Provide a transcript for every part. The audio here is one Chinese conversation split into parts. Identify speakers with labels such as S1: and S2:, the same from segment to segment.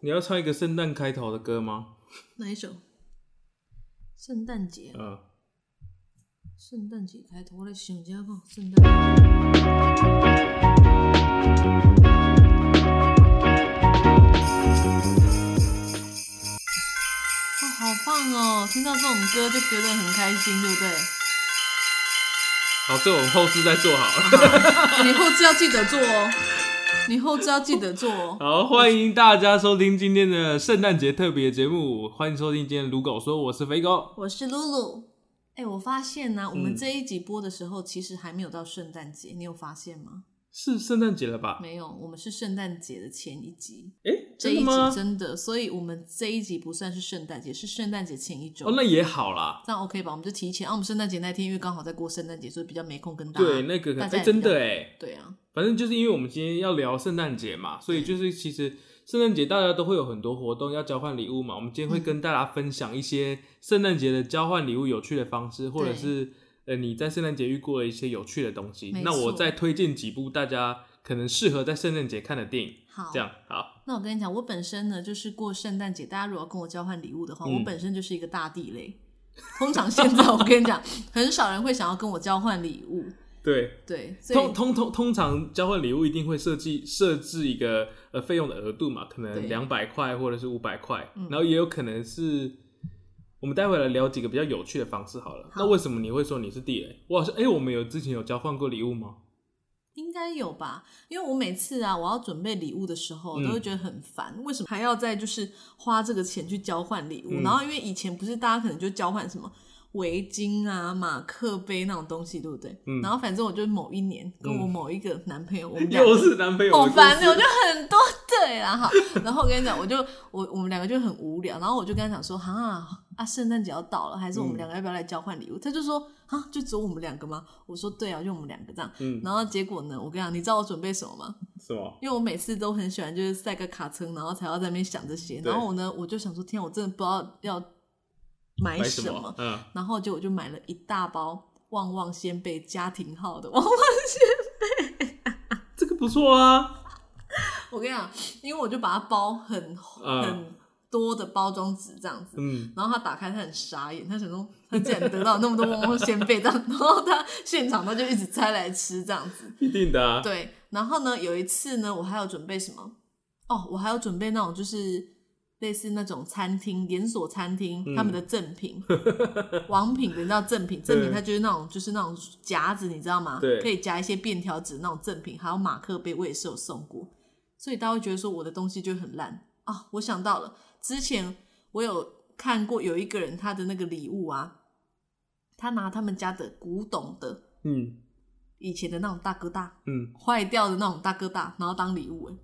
S1: 你要唱一个圣诞开头的歌吗？
S2: 哪一首？呃圣诞节，
S1: 嗯，
S2: 圣诞节开头，我来想一下看。圣诞节，哦，好棒哦！听到这种歌就觉得很开心，对不 对？
S1: 好，这我们后置再做好 了。
S2: 哎你后置要记得做哦，你后置要记得做 哦。
S1: 好，欢迎大家收听今天的圣诞节特别节目，欢迎收听今天的鲁狗说，我是肥狗。
S2: 我是露露。哎、我发现呢、我们
S1: 嗯
S2: 这一集播的时候，其实还没有到圣诞节，你有发现吗？
S1: 是圣诞节了吧？
S2: 没有，我们是圣诞节的前一集，
S1: 哎、
S2: 这
S1: 啊真
S2: 一
S1: 的
S2: 集
S1: 吗？
S2: 真的，所以我们这一集不算是圣诞节，是圣诞节前一周。
S1: 哦，那也好啦。
S2: 这样 OK 吧？我们就提前啊，我们圣诞节那天因为刚好在过圣诞节，所以比较没空跟大家。
S1: 对，那个可
S2: 啊大
S1: 哎、
S2: 家也
S1: 真的
S2: 比较
S1: 哎、
S2: 对啊，
S1: 反正就是因为我们今天要聊圣诞节嘛，所以就是其实圣诞节大家都会有很多活动要交换礼物嘛。我们今天会
S2: 嗯
S1: 跟大家分享一些圣诞节的交换礼物有趣的方式，或者
S2: 对
S1: 是呃你在圣诞节遇过的一些有趣的东西
S2: 没。
S1: 那我
S2: 错
S1: 再推荐几部大家可能适合在圣诞节看的电影，
S2: 好，
S1: 这样好。
S2: 那我跟你讲，我本身呢，就是过圣诞节，大家如果要跟我交换礼物的话，
S1: 嗯
S2: 我本身就是一个大地雷。通常现在我跟你讲，很少人会想要跟我交换礼物，
S1: 对，
S2: 对，所
S1: 通
S2: 以
S1: 通通通常交换礼物一定会设计设置一个呃费用的额度嘛，可能
S2: 对
S1: 两百块或者是五百块
S2: 嗯，
S1: 然后也有可能是。我们待会来聊几个比较有趣的方式好了。
S2: 好
S1: 那为什么你会说你是地雷？我好像哎、我们有之前有交换过礼物吗？
S2: 应该有吧。因为我每次啊，我要准备礼物的时候，
S1: 嗯
S2: 都会觉得很烦，为什么还要再就是花这个钱去交换礼物？
S1: 嗯
S2: 然后因为以前不是大家可能就交换什么。围巾啊、马克杯那种东西，对不对？
S1: 嗯
S2: 然后反正我就某一年跟我
S1: 嗯
S2: 某一个男朋友，我们两个
S1: 又是男朋友的
S2: 好
S1: 故事，
S2: 烦的，哦我就很多对啦哈。然后我跟你讲，我就我我们两个就很无聊，然后我就跟他讲说，哈啊，圣诞节要到了，还是我
S1: 嗯
S2: 们两个要不要来交换礼物？他就说，啊，就只有我们两个吗？我说对啊，就我们两个这样。
S1: 嗯
S2: 然后结果呢？我跟你讲，你知道我准备什么吗？
S1: 什么？
S2: 因为我每次都很喜欢就是塞个卡层，然后才要在那边想这些。
S1: 对
S2: 然后我呢，我就想说，天啊，我真的不知道要买
S1: 买
S2: 什
S1: 什
S2: 么
S1: 么？。嗯，
S2: 然后就我就买了一大包旺旺仙贝家庭号的旺旺
S1: 这个不错啊。
S2: 我跟你讲，因为我就把它包很、
S1: 嗯
S2: 很多的包装纸这样子，
S1: 嗯，
S2: 然后他打开，他很傻眼，他想说他竟然得到那么多旺旺仙贝这样， 然后他现场他就一直拆来吃这样子。
S1: 一定的、啊。
S2: 对，然后呢，有一次呢，我还有准备什么？哦，我还有准备那种就是类似那种餐厅连锁餐厅、
S1: 嗯
S2: 他们的赠品、王品的，你知道赠品，赠品
S1: 对
S2: 它就是那种就是那种夹子，你知道吗？
S1: 对
S2: 可以夹一些便条纸那种赠品，还有马克杯，我也是有送过，所以大家会觉得说我的东西就很烂啊。我想到了，之前我有看过有一个人他的那个礼物啊，他拿他们家的古董的
S1: 嗯
S2: 以前的那种大哥大。
S1: 嗯，
S2: 坏掉的那种大哥大，然后当礼物、欸。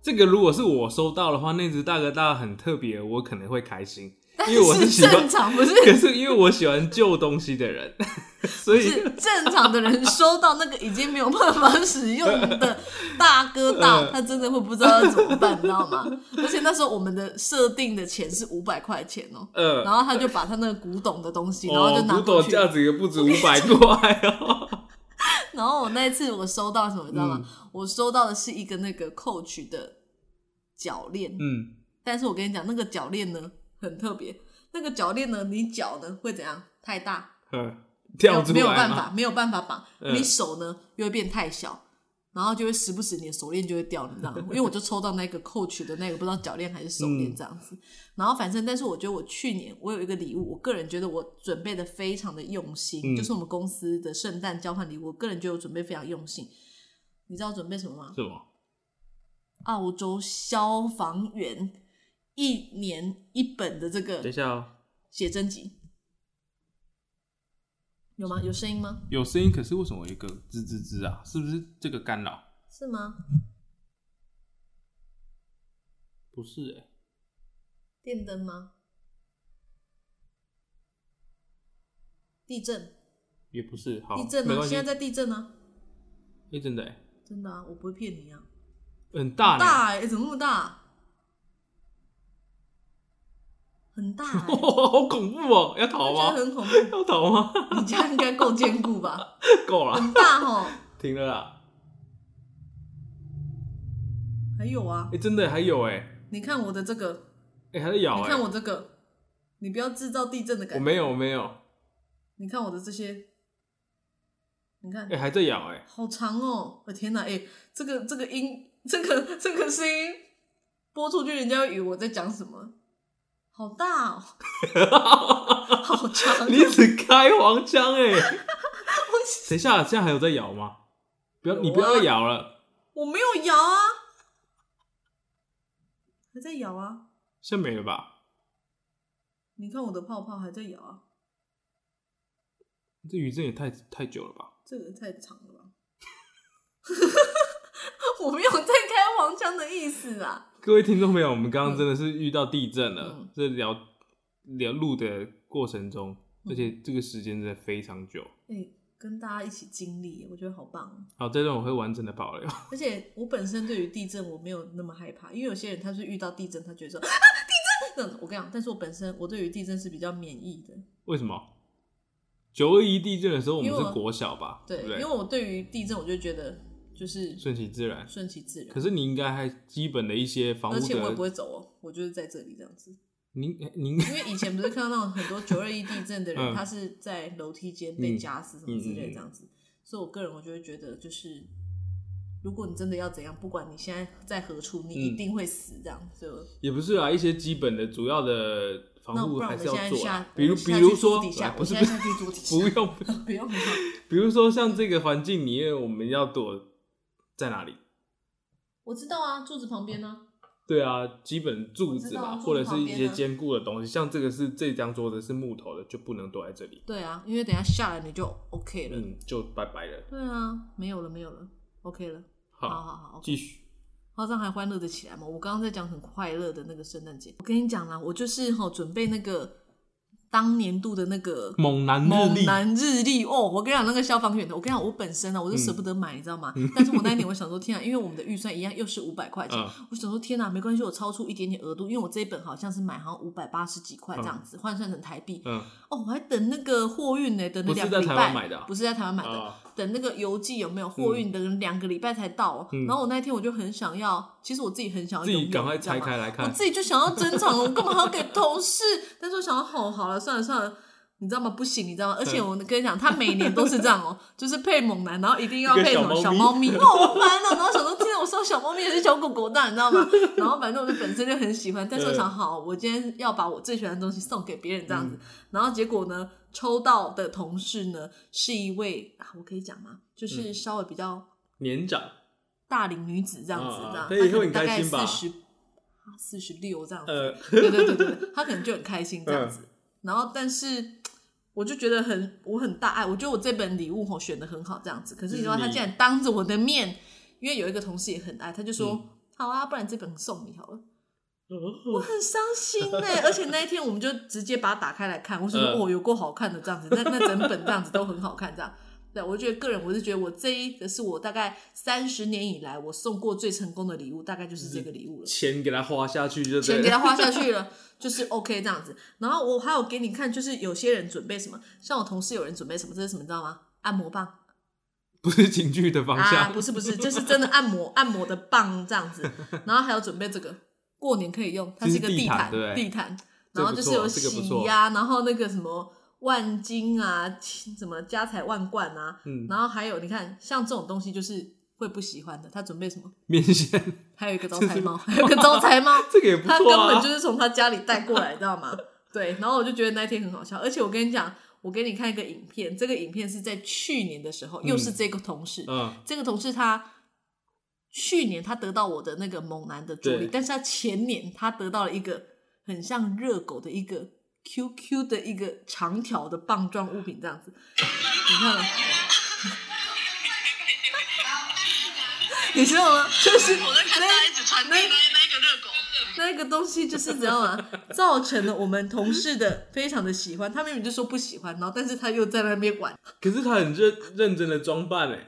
S1: 这个如果是我收到的话，那只大哥大很特别，我可能会开心，
S2: 但
S1: 因为我喜欢
S2: 正常，不是
S1: 可是因为我喜欢旧东西的人， 所以
S2: 是正常的人收到那个已经没有办法使用的大哥 大，
S1: 嗯
S2: 他真的会不知道要怎么办，你知道吗？ 而且那时候我们的设定的钱是五百块钱哦、
S1: 呃，
S2: 然后他就把他那个古董的东西，然后
S1: 哦
S2: 就，拿
S1: 古
S2: 过
S1: 董
S2: 去。
S1: 价值也不止五百块 哦。
S2: 然后我那一次我收到什么，你知道吗？
S1: 嗯
S2: 我收到的是一个那个 Coach 的脚链，
S1: 嗯，
S2: 但是我跟你讲，那个脚链呢很特别，那个脚链呢，你脚呢会怎样？太大，
S1: 呃 跳出
S2: 没有
S1: 来
S2: 办
S1: 嘛，
S2: 法，没有办法绑，
S1: 嗯
S2: 你手呢又会变太小，然后就会时不时你的手链就会掉，你 知道吗？因为我就抽到那个 Coach 的那个不知道脚链还是手链这样
S1: 嗯
S2: 子，然后反正但是我觉得我去年我有一个礼物，我个人觉得我准备的非常的用心，
S1: 嗯
S2: 就是我们公司的圣诞交换礼物，我个人觉得我准备非常用心。你知道我准备什么吗？
S1: 什么？
S2: 澳洲消防员一年一本的这
S1: 等一
S2: 个
S1: 下哦，
S2: 写真集，有吗？有声音吗？
S1: 有声音，可是为什么有一个吱吱吱啊？是不是这个干扰？
S2: 是吗？
S1: 不是哎、
S2: 电灯吗？地震，
S1: 也不是，好，
S2: 地震
S1: 没
S2: 啊！
S1: 关系，
S2: 现在
S1: 哎、
S2: 在地震啊！
S1: 真的哎、
S2: 真的啊，我不会骗你啊！
S1: 很大呢、
S2: 大哎、怎么那么大？很大、 欸，我
S1: 好恐怖哦、要逃
S2: 觉得
S1: 吗？
S2: 很恐怖。
S1: 要逃吗？
S2: 你家应该够坚固吧？
S1: 够了，
S2: 很大哦。
S1: 停了啦。
S2: 还有啊
S1: 哎、，真的还有哎、
S2: 啊你看我的这个，
S1: 哎、还在咬
S2: 你
S1: 哎、
S2: 看我这个，你不要制造地震的
S1: 我
S2: 感觉。
S1: 没有，我没有，
S2: 你看我的这些，你 看
S1: 哎、还在咬哎、
S2: 好长哦！我天哪，哎、这个这个音，这个这个声音播出去，人家会以为我在讲什么。好大哦， 好长、哦
S1: 你只开黄腔 哎、
S2: 我
S1: 等一下，现在还有在咬吗？不要，
S2: 有啊
S1: 你不要再咬了，
S2: 我没有摇啊，还在摇啊！
S1: 现在没了吧？
S2: 你看我的泡泡还在摇啊，
S1: 这余震也太太久了吧？
S2: 这个太长了吧？ 我没有在开黄腔的意思啊。
S1: 各位听众朋友，我们刚刚真的是遇到地震了
S2: 嗯，
S1: 这聊聊录的过程中，
S2: 嗯
S1: 而且这个时间真的非常久。
S2: 哎、跟大家一起经历，我觉得好棒哦。
S1: 好，这段我会完整的保留。
S2: 而且我本身对于地震我没有那么害怕，因为有些人他是遇到地震，他觉得说啊地震，那我跟你讲，但是我本身我对于地震是比较免疫的，
S1: 为什么？九二一地震的时候，我们
S2: 因为
S1: 是
S2: 我
S1: 国小吧？
S2: 对，
S1: 不
S2: 因
S1: 对
S2: 为？我对于地震我就觉得就是
S1: 顺其自然。
S2: 顺其自然，
S1: 可是你应该还基本的一些防
S2: 而
S1: 护
S2: 且我也不
S1: 的，
S2: 会走哦，我就是在这里这样子，
S1: 您您
S2: 因为以前不是看到那种很多九二一地震的人，
S1: 嗯
S2: 他是在楼梯间被夹死什么之类
S1: 嗯嗯嗯
S2: 的这样子，所以我个人我就会觉得就是。如果你真的要怎样，不管你现在在何处，你一
S1: 嗯
S2: 定会死，这样、所以我
S1: 也不是啊，一些基本的主要的防
S2: 那
S1: 护
S2: 不然
S1: 还
S2: 我
S1: 是
S2: 们现
S1: 要
S2: 在
S1: 做
S2: 下
S1: 啊，，比如
S2: 我们
S1: 比
S2: 现在
S1: 如
S2: 去
S1: 说
S2: 桌底下
S1: 哎，
S2: 我
S1: 不是
S2: 现
S1: 不
S2: 在
S1: 是
S2: 下去桌底下，
S1: 不用，
S2: 不用不用，
S1: 比如说像这个环境里面，我们要躲在哪里？
S2: 我知道啊，柱子旁边呢、
S1: 对啊，基本柱子嘛，
S2: 我知道柱子
S1: 或者是一些
S2: 旁边啊
S1: 坚固的东西，像这个是这张桌子是木头的，就不能躲在这里，
S2: 对啊，因为等一下下来你就 OK 了。
S1: 嗯，就拜拜了。
S2: 对啊，没有了没有了，OK 了。好好
S1: 好，
S2: 好，OK，
S1: 继续。
S2: 好这样还欢乐的起来嘛？我刚刚在讲很快乐的那个圣诞节，我跟你讲啦，我就是哈、准备那个当年度的那个
S1: 猛男日
S2: 猛
S1: 历，
S2: 男日历哦，我跟你讲那个消防员的，我跟你讲我本身呢、啊、我就舍不得买，你知道吗？但是我那一年我想说天啊，因为我们的预算一样又是五百块钱，
S1: 嗯
S2: 我想说天啊没关系，我超出一点点额度，因为我这一本好像是买好像五百八十几块这样子，换算成台币，
S1: 嗯，
S2: 哦，我还等那个货运呢，等了
S1: 不是
S2: 两个
S1: 在
S2: 礼
S1: 台
S2: 拜。
S1: 湾买的啊
S2: 不是在台湾买的，
S1: 啊，
S2: 等那个邮寄有没有货运，等两个礼拜才到哦、
S1: 嗯
S2: 然后我那天我就很想要，其实我自己很想要
S1: 自己
S2: 拥有
S1: 赶快
S2: 你知道
S1: 拆
S2: 吗
S1: 开来
S2: 我
S1: 看。
S2: 自己就想要珍藏 了，我干嘛还要给同事？但是我想要吼，好了，算了算了。你知道吗？不行，你知道吗？而且我跟你讲，他每年都是这样哦、 就是配猛男，然后一定要配什么
S1: 一个小
S2: 小
S1: 猫
S2: 猫咪，哦，好烦哦、然后想说，天啊，我说小猫咪也是小狗狗蛋，你知道 吗？然后反正我就本身就很喜欢，但是我想，好，我今天要把我最喜欢的东西送给别人这样
S1: 嗯
S2: 子。然后结果呢，抽到的同事呢是一位啊，我可以讲吗？
S1: 嗯
S2: 就是稍微比较
S1: 年长，
S2: 大龄女子这样子，
S1: 啊
S2: 这
S1: 可
S2: 样，
S1: 以
S2: 她可
S1: 会很
S2: 能大
S1: 开
S2: 概
S1: 心吧
S2: 四十啊四十六这样子，
S1: 呃，
S2: 对对对对，对，他可能就很开心这
S1: 嗯
S2: 样子。然后，但是我就觉得很我很大爱，我觉得我这本礼物吼选的很好这样子。可是你知道，
S1: 就是
S2: 他
S1: 嗯你
S2: 竟然当着我的面，因为有一个同事也很爱，他就说：“
S1: 嗯
S2: 好啊，不然这本送你好了。”我很伤心呢、而且那一天我们就直接把它打开来看，我想说、
S1: 嗯
S2: 哦，有够好看的这样子，那那整本这样子都很好看这样。对，我觉得个人我是觉得我这一个是我大概三十年以来我送过最成功的礼物，大概就是
S1: 嗯
S2: 这个礼物了。
S1: 钱给他花下去就对
S2: 钱
S1: 了。
S2: 给他花下去了， 就是 OK 这样子。然后我还有给你看，就是有些人准备什么，像我同事有人准备什么，这是什么，你知道吗？按摩棒
S1: 不是情绪的方向，
S2: 啊，不是不是，就是真的按摩 按摩的棒这样子。然后还有准备这个，过年可以用，它
S1: 这是
S2: 是一个
S1: 地
S2: 地
S1: 毯
S2: 毯，
S1: 对不对
S2: 地毯。
S1: 这个
S2: 然后
S1: 不
S2: 就是
S1: 错
S2: 有
S1: 这个不
S2: 洗
S1: 错
S2: 呀、然后那个什么万金啊， 亲什么家财万贯啊，
S1: 嗯
S2: 然后还有你看，像这种东西就是会不喜欢的。他准备什么？
S1: 面线，
S2: 还有一个招
S1: 这
S2: 财
S1: 是
S2: 猫，还有一个招财猫，
S1: 这个也不
S2: 他根
S1: 错啊。
S2: 本就是从他家里带过来，知道吗？ 对，然后我就觉得那一天很好笑，而且我跟你讲，我给你看一个影片，这个影片是在去年的时候，又是这个同事，
S1: 嗯，
S2: 这个同事他去年他得到我的那个猛男的助
S1: 对
S2: 理，但是他前年他得到了一个很像热狗的一个 QQ 的一个长条的棒状物品，这样子，你看了？ 你知道吗？就是
S3: 我在看他一直传递那那个热狗，
S2: 那个东西就是怎样啊，造成了我们同事的非常的喜欢。他明明就说不喜欢，然后但是他又在那边玩，
S1: 欸可是他很认认真的装扮哎，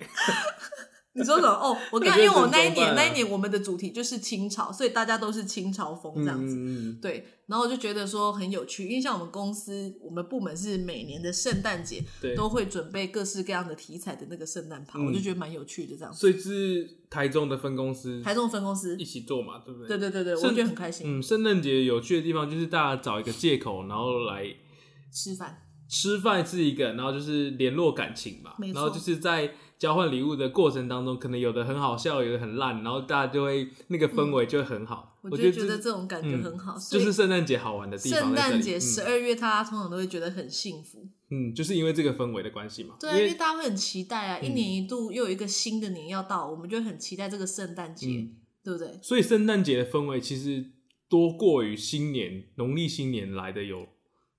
S2: 你说什么？哦，我跟你讲
S1: 那
S2: 因
S1: 就
S2: 为我那一
S1: 怎么办
S2: 年
S1: 啊
S2: 那一年我们的主题就是清朝，所以大家都是清朝风这样子。
S1: 嗯嗯
S2: 对，然后我就觉得说很有趣，因为像我们公司，我们部门是每年的圣诞节
S1: 对，
S2: 都会准备各式各样的题材的那个圣诞趴，
S1: 嗯
S2: 我就觉得蛮有趣的这样子。
S1: 所以是台中的分公司
S2: 台中分公司
S1: 一，起做嘛，对不对？
S2: 对对对对，我
S1: 圣
S2: 觉得很开心。
S1: 嗯，圣诞节有趣的地方就是大家找一个借口，然后来
S2: 吃饭，
S1: 吃饭是一个，然后就是联络感情嘛
S2: 没，错
S1: 然后就是在交换礼物的过程当中，可能有的很好笑，有的很烂，然后大家就会那个氛围就会很好。
S2: 嗯我
S1: 我
S2: 就觉
S1: 觉
S2: 得
S1: 这
S2: 这种感觉
S1: 嗯
S2: 很好。所
S1: 就
S2: 以
S1: 是圣诞节好玩的地方
S2: 圣
S1: 在这
S2: 诞
S1: 里。
S2: 节十二月，大家通常都会觉得很幸福。
S1: 嗯，嗯，就是因为这个氛围的关系嘛。
S2: 对啊，
S1: 因
S2: 因为
S1: 为嗯
S2: 大家会很期待啊，一年一度又有一个新的年要到，我们就会很期待这个圣诞节，
S1: 嗯
S2: 对不对？
S1: 所以圣诞节的氛围其实多过于新年农历新年来的有，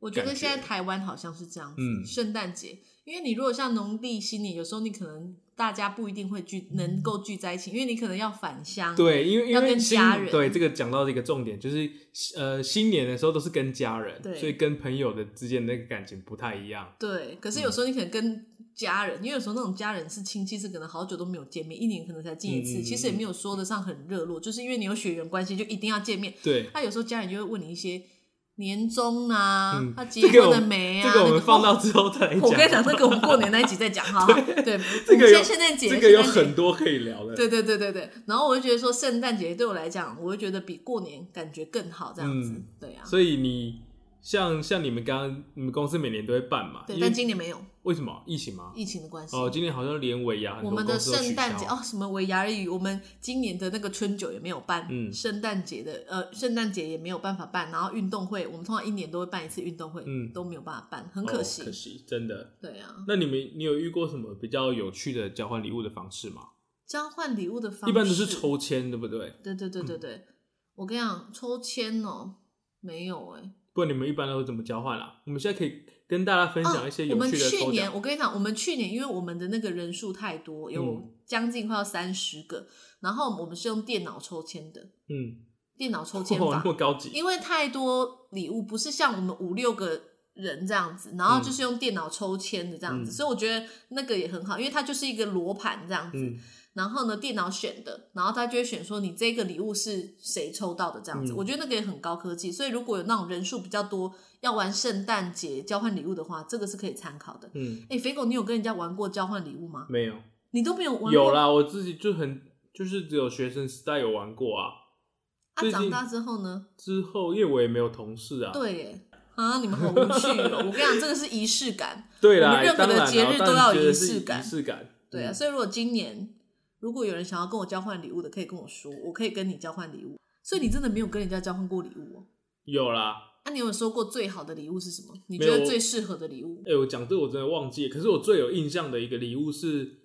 S2: 我觉得
S1: 感觉
S2: 现在台湾好像是这样子，
S1: 嗯
S2: 圣诞节，因为你如果像农历新年，有时候你可能大家不一定会聚，能够聚在一起，因为你可能要返乡，，
S1: 对，因为因
S2: 要
S1: 为
S2: 跟
S1: 新
S2: 家人
S1: 对这个讲到一个重点，就是呃新年的时候都是跟家人，
S2: 对
S1: 所以跟朋友的之间的那个感情不太一样。
S2: 对。可是有时候你可能跟家人，因为有时候那种家人是亲戚，是可能好久都没有见面，一年可能才见一
S1: 嗯
S2: 次，
S1: 嗯嗯
S2: 其实也没有说得上很热络，就是因为你有血缘关系，就一定要见面。
S1: 对，
S2: 那有时候家人就会问你一些年终啊，
S1: 嗯
S2: 他结
S1: 这个
S2: 婚了
S1: 我
S2: 没啊，
S1: 这个我
S2: 那
S1: 们放到
S2: 哦
S1: 之后再来讲。
S2: 我跟你讲，那个我们过年那一集再讲哈。对，
S1: 这个有
S2: 现在节
S1: 这个有
S2: 圣诞节
S1: 很多可以聊的。
S2: 对 对对对对，然后我就觉得说，圣诞节对我来讲，我就觉得比过年感觉更好，这样子，
S1: 嗯
S2: 对啊，
S1: 所以你像像你们刚刚你们公司每年都会办嘛？
S2: 对。
S1: 因为
S2: 但今年没有
S1: 为什么疫情吗？
S2: 疫情的关系，
S1: 哦，今年好像连尾牙很
S2: 我
S1: 多
S2: 们的
S1: 公司都
S2: 圣
S1: 取
S2: 诞节
S1: 消
S2: 哦，什么维亚日语，我们今年的那个春酒也没有办，
S1: 嗯
S2: 圣诞节的呃，圣诞节也没有办法办，然后运动会，我们通常一年都会办一次运动会，
S1: 嗯
S2: 都没有办法办，很
S1: 哦
S2: 可惜，
S1: 可惜真的。
S2: 对啊，
S1: 那你们你有遇过什么比较有趣的交换礼物的方式吗？
S2: 交换礼物的方式
S1: 一般都是抽签，对不对？
S2: 对对对对对，我跟你讲，抽签哦，没有哎、
S1: 不然你们一般都会怎么交换啦、我们现在可以跟大家分享一些
S2: 哦我
S1: 有
S2: 们
S1: 趣的
S2: 去
S1: 抽
S2: 年，
S1: 奖。
S2: 我跟你讲，我们去年因为我们的那个人数太多，有
S1: 嗯
S2: 将近快要三十个，然后我们是用电脑抽签的，
S1: 嗯，
S2: 电脑抽签
S1: 哦，
S2: 法
S1: 那，么高级。
S2: 因为太多礼物不是像我们五六个人这样子，然后就是用电脑抽签的这样子，
S1: 嗯
S2: 所以我觉得那个也很好，因为它就是一个罗盘这样子，
S1: 嗯，
S2: 然后呢电脑选的，然后它就会选说你这个礼物是谁抽到的这样子，
S1: 嗯
S2: 我觉得那个也很高科技，所以如果有那种人数比较多要玩圣诞节交换礼物的话，这个是可以参考的。
S1: 嗯，
S2: 哎、肥狗，你有跟人家玩过交换礼物吗？
S1: 没有，
S2: 你都没有玩过？
S1: 有啦，我自己就很就是只有学生时代有玩过啊。
S2: 啊，
S1: 最近
S2: 长大之后呢？
S1: 之后因为我也没有同事啊，
S2: 对耶，啊，你们好无趣哦！我跟你讲，这个是仪式感。
S1: 对啦，
S2: 我们任何的
S1: 当然啦
S2: 节日
S1: 当
S2: 都要
S1: 然
S2: 有
S1: 觉得
S2: 仪
S1: 是
S2: 式感
S1: 仪式感。
S2: 对啊，
S1: 嗯
S2: 所以如果今年如果有人想要跟我交换礼物的，可以跟我说，我可以跟你交换礼物。所以你真的没有跟人家交换过礼物哦？
S1: 有啦。
S2: 那、你有收过最好的礼物是什么？你
S1: 没
S2: 觉
S1: 有
S2: 得
S1: 我
S2: 最适合的礼物？
S1: 哎、我讲这个我真的忘记了，可是我最有印象的一个礼物是